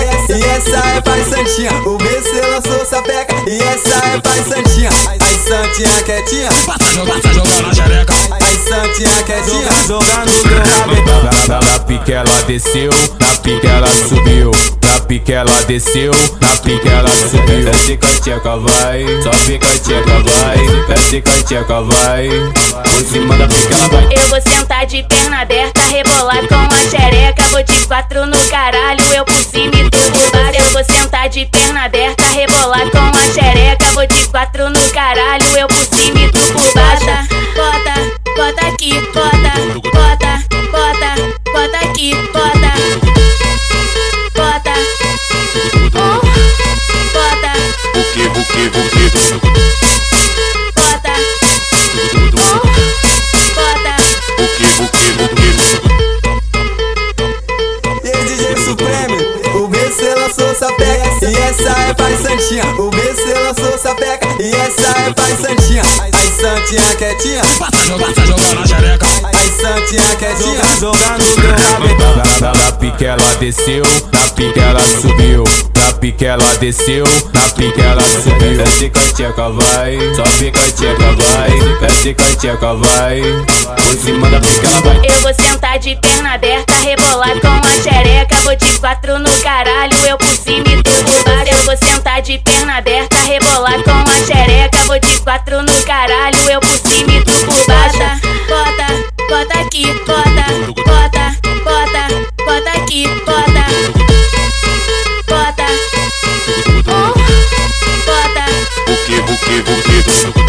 Essa é pai Santinha, o meu se lançou sapeca. E essa é pai Santinha, ai Santinha é quietinha. Passa, joga na xereca. Ai Santinha é quietinha, jogando meu rabetão. Na, na, na pique ela desceu, na pique ela subiu. Na pique ela desceu, na pique ela subiu. Desce com a tcheca, vai. Sobe com a tcheca, vai. Desce com a tcheca, vai. Por cima da pique ela vai. Eu vou sentar de perna aberta, rebolar com a xereca. Vou de quatro no caralho, eu por cima e tu por baixo. Eu vou sentar de perna aberta, rebolar com a xereca. Vou de quatro no caralho, eu por cima e tu por baixo. Bota, bota, bota aqui, bota, bota, bota, bota aqui, bota. Bota, oh, bota, Buque, buque, buque. bota, oh, bota. Buque, buque, buque. E DJ Supremo, o meu se lançou sapeca. E essa é pai Santinha, o meu se lançou sapeca. E essa é pai Santinha, ai Santinha quietinha. Passa, passa, joga na xereca. Ai Santinha quietinha, jogando meu rabetão. Na, na, na pique ela desceu, na pique ela subiu. Na pique ela desceu, na pique ela subiu. Desce com a tcheca, vai. Sobe com a tcheca, vai. Desce com a tcheca, vai. Por cima da pique ela vai. Eu vou sentar de perna aberta, rebolar com a xereca. Vou de quatro no caralho, eu por cima e tu por baixo. Eu vou sentar de perna aberta, rebolar com a xereca. Vou de quatro no caralho, eu por cima e tu por baixo. Bota, bota aqui, bota, bota, bota, bota aqui, bota. Bota, oh, bota. Buque, buque, buque.